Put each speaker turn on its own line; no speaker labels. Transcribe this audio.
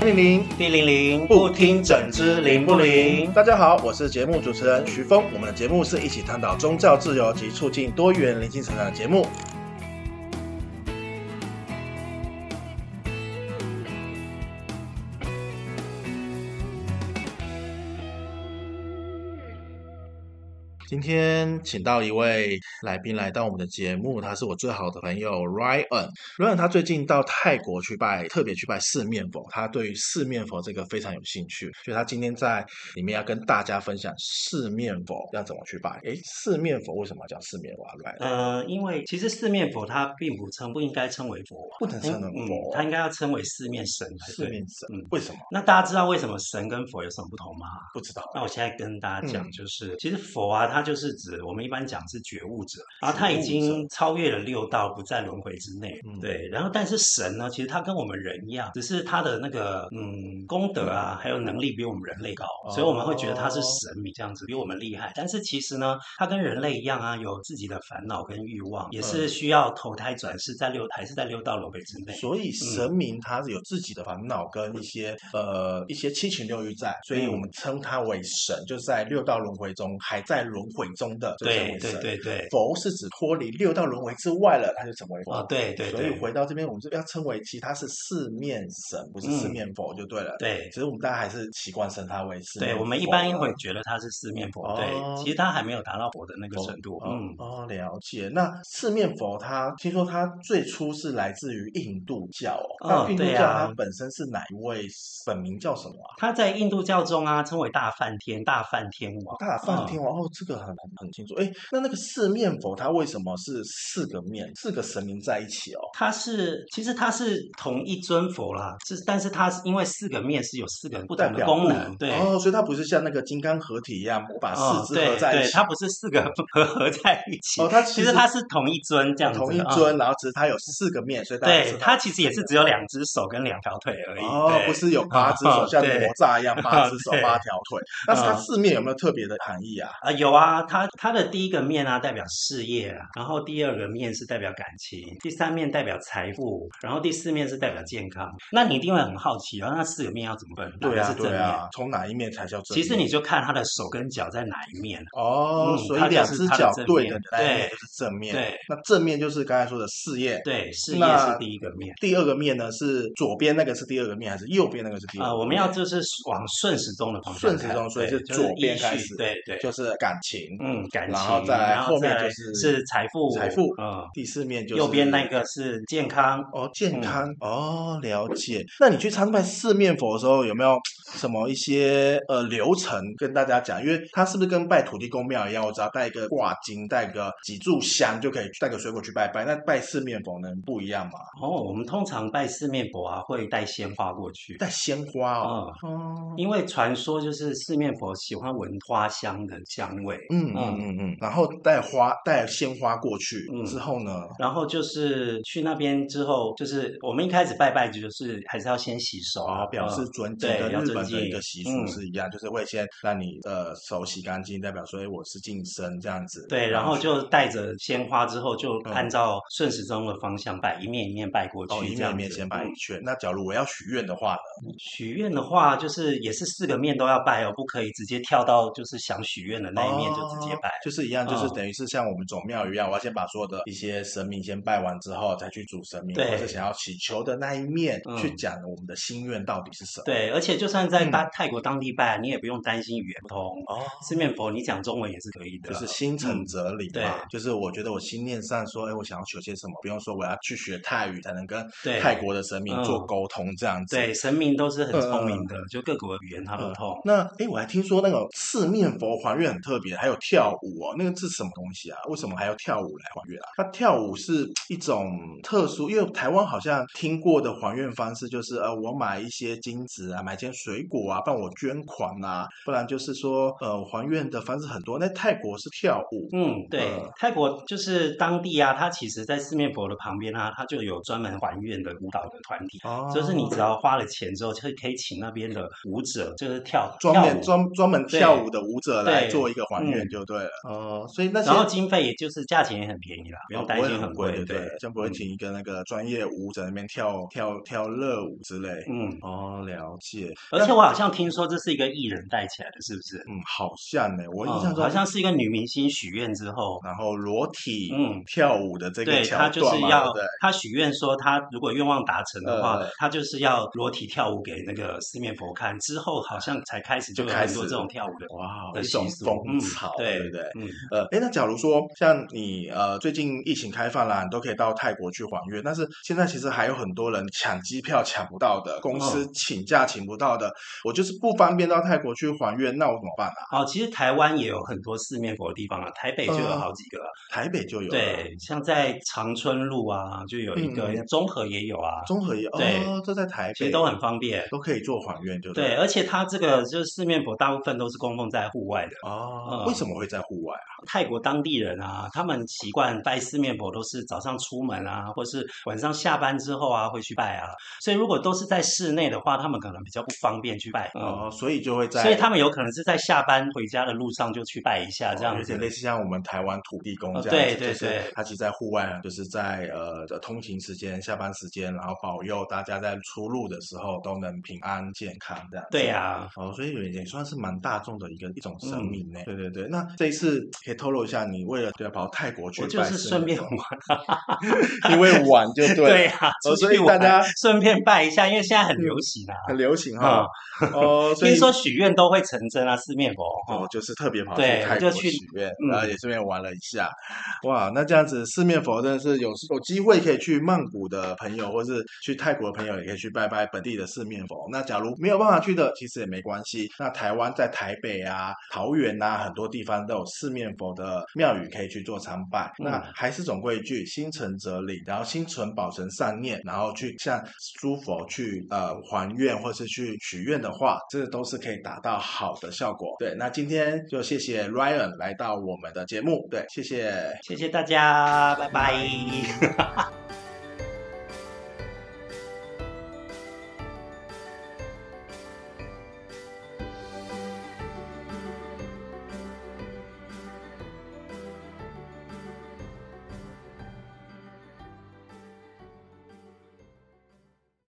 零零
第零零
不
不听整支灵不灵？
大家好，我是节目主持人徐峰。我们的节目是一起探讨宗教自由及促进多元灵性成长的节目。今天请到一位来宾来到我们的节目，他是我最好的朋友 Ryan。Ryan 他最近到泰国去拜，特别去拜四面佛，他对于四面佛这个非常有兴趣，所以他今天在里面要跟大家分享四面佛要怎么去拜。诶，四面佛为什么叫四面佛啊？Ryan，
呃，因为其实四面佛它并不称不应该称为佛，
不能称为
嗯
佛
它应该要称为四面神才
四面
对。
神
嗯，
为什么
那大家知道为什么神跟佛有什么不同吗？
不知道？
那我现在跟大
嗯
家讲，就是、其实佛啊，它就是指我们一般讲是觉悟者，然后他
觉悟
已
者
经超越了六道，不在轮回之内。
嗯
对，然后但是神呢，其实他跟我们人一样，只是他的那个嗯功德啊，还有能力比我们人类高，
哦
所以我们会觉得他是神明这样子，比我们厉害。但是其实呢，他跟人类一样啊，有自己的烦恼跟欲望，也
嗯
是需要投胎转世，在六还是在六道轮回之内。
所以
嗯
神明他是有自己的烦恼跟一些、呃一些七情六欲在，所
嗯
以我们称他为神，就是在六道轮回中还在轮回中的，就称
对
为
对
神。
对对，
佛是指脱离六道轮回之外了，他就成为佛。
哦对对
所以
对
回到这边，我们就要称为其他是四面神，不是
嗯
四面佛就对了。
对
其。实我们大家还是习惯称他为四面
对，
佛。
我们一般会觉得它是四面佛，
哦
对，其实它还没有达到佛的那个程度。
哦
嗯，
哦，了解。那四面佛它，听说它最初是来自于印度教哦。
哦
那印度
对
教
啊
它本身是哪一位？本名叫什么啊？
它在印度教中啊，称为大梵天、大梵天王。
大梵
嗯
天王哦，这个很很很清楚。哎，那那个四面佛它为什么是四个面，四个神明在一起哦？
它是，其实它是同一尊佛啦，是，但是它是因为四个面是有四个不
代
同的
表
功
不
能，对，
哦，所以它不是像那个金刚合体一样把
哦
四肢合
对
在一
对，
起。
它不是四个 合合在一起
哦，，它
其
实
实它是同一尊这样子，
同一
嗯
尊，然后只是它有四个面，所以大家
对，
知道
它其实也是只有两只手跟两条腿而已，
哦，
对
不是有八只手
哦
像哪
对
吒一样八只手
对
八条腿，但是它
嗯
四面有没有特别的含义啊？
啊，有啊，它它的第一个面啊代表事业啊，然后第二个面是代表感情，第三面代表财富，然后第四面是代表健康。那你一定会很好奇啊，那四个面要怎么分？哪
对
个
啊
是正
对
面？
啊，从哪一面才叫正
其
面？
实你就看他的手跟脚在哪一面。
哦，
嗯
所以
它就
两
是
只
它的
脚
正
对
面
的那一面
对
就是正面，
对
那正面就是刚才说的事业，
对，事业
那
是第一个面。
第二个面呢是左边那个是第二个面，还是右边那个是第二
啊、
个面？
我们要就是往顺时钟的方向
嗯顺时
看
钟所以
对
是
就是
左边
依
开
序
始
对对，
就是感情，
嗯，感情，
然后再来
然
后面
再
就
来
是
是财富，
财富
嗯，
第四面就是
右边那个是健康，
哦，健
嗯
康、哦，了解。那你去参拜四面佛的时候，有没有什么一些呃流程跟大家讲？因为它是不是跟拜土地公庙一样，我只要带一个挂金，带个几炷香就可以，带个水果去拜拜。那拜四面佛呢不一样嘛？
哦，我们通常拜四面佛啊，会带鲜花过去。
带鲜花哦，
啊、
哦，
因为传说就是四面佛喜欢闻花香的香味，
嗯嗯
嗯
嗯嗯，然后带花带鲜花过去、
嗯
之后呢，
然后就是去那边之后，就是我们一开始拜拜就是还是要先洗手啊，
哦，表示
嗯
尊敬，
对
跟
要
日
尊
本的一
敬
个习俗
嗯
是一样，就是会先让你的手洗干净，代表所以我是净身这样子。
对，然后
去
就带着鲜花之后，就
嗯
按照顺时钟的方向拜，一面一面拜过
哦，
去，
一面
这
一
样
面
子
先拜
嗯
一圈。那假如我要许愿的话呢？
许愿的话，就是也是四个面都要拜哦，不可以直接跳到就是想许愿的那一面就直接拜
哦。就是一样，就是
嗯
等于是像我们走庙一样，我要先把所有的一些神明先拜完之后，再去主神明，
对
或是想要祈求的那一面，
嗯
去讲我们的心愿到底是什么。哦
对，而且就算在
嗯
巴泰国当地拜，你也不用担心语言不通，
哦，
四面佛你讲中文也是可以的，
就是心诚则灵嘛，
嗯对
就是我觉得我心念上说，哎，我想要求些什么，不用说我要去学泰语才能跟
对
泰国的神明做
嗯
沟通这样子。
对神明都是
嗯
很聪明的，就各国语言他都通。
那哎，我还听说那个四面佛还愿很特别，还有跳舞哦，那个是什么东西啊？为什么还要跳舞来还愿啊？它跳舞是一种特殊，因为台湾好像听过的还愿方式就是呃，我买一些金子啊，买一些水果啊，帮我捐款啊，不然就是说呃，还愿的方式很多。那泰国是跳舞，
嗯，对，泰国就是当地啊，它其实在四面佛的旁边啊，它就有专门还愿的舞蹈的团体，
哦
就是你只要花了钱之后，就可以请那边的舞者，就是跳
专
跳
门
舞。
专专门
对
跳舞的舞者来
对
做一个还愿
嗯
就对了。哦，所以那些
然后经费也就是价钱也很便宜啦，不
哦
用
不
担
会
心
很
贵，
对不对？像不会
嗯
请一个那个专业舞者在那边跳跳跳热舞之类。
嗯，
哦，了解。
而且我好像听说这是一个艺人带起来的，是不是？
嗯，好像呢，我印
嗯
象中
好像是一个女明星许愿之后，
然后裸体
嗯
跳舞的这个
对
桥
她就
段
是
嘛，
要
对
她许愿说，她如果愿望达成的话
呃，
她就是要裸体跳舞给那个四面佛看。之后好像才开始
就
就有
开
很多
始
这种跳舞的
不对，哇，
的
一
习
种
俗
风
嗯
潮，
对
不对？
嗯，
呃，哎，那假如说像你呃，最近疫情开放啦，你都可以到泰国去还愿，但是现在其实还有很多人抢机票抢不到的，公
嗯
司请假请不到的，我就是不方便到泰国去还愿，那我怎么办啊？
好，哦其实台湾也有很多四面佛的地方啊，台北就有
嗯
好几个啊，
台北就有了，
对，像在长春路啊，就有一个
嗯嗯，
中和也有啊，
综合也
对
哦，这在台北
其实都很方便。
都可以做还愿，对不
对，？而且它这个就是四面佛，大部分都是供奉在户外的。
哦，
嗯
为什么会在户外啊？
泰国当地人啊，他们习惯拜四面佛，都是早上出门啊，或是晚上下班之后啊会去拜啊。所以如果都是在室内的话，他们可能比较不方便去拜。嗯
哦，所以就会在，
所以他们有可能是在下班回家的路上就去拜一下，这样
哦有
子
点。类似像我们台湾土地公
哦
这样子，
对对
就是
对
他其实在户外啊，就是在呃的通勤时间、下班时间，然后保佑大家在出入的时候都能平安健康这样子。
对啊呀、
哦，所以也也算是蛮大众的一个一种神
嗯
明呢。对对对，那这一次可以透露一下，你为了对啊跑到泰国去
我
拜
就
师，
是顺便玩，
因为晚就对
对呀、
哦
出
所以
去玩
大家
顺便拜一下，因为现在很流行啊。
很流行哈。 哦，所以
嗯听说许愿都会成真啊，四面佛。
哦
哦，，
就是特别跑去
对
泰
就
国
去
许愿，
嗯
然后也顺便玩了一下。哇，那这样子四面佛真的是有有机会可以去曼谷的朋友，或是去泰国的朋友，也可以去拜拜本地的四面佛。那假如没有办法去的，其实也没关系。那台湾在台北啊、桃园啊很多地方都有四面佛的庙宇可以去做参拜。那
嗯
还是总归一句，心诚则灵，然后心存保存善念，然后去向诸佛去呃还愿或是去许愿的话，这都是可以达到好的效果。对，那今天就谢谢 Ryan 来到我们的节目，对，谢谢。
谢谢大家，拜拜。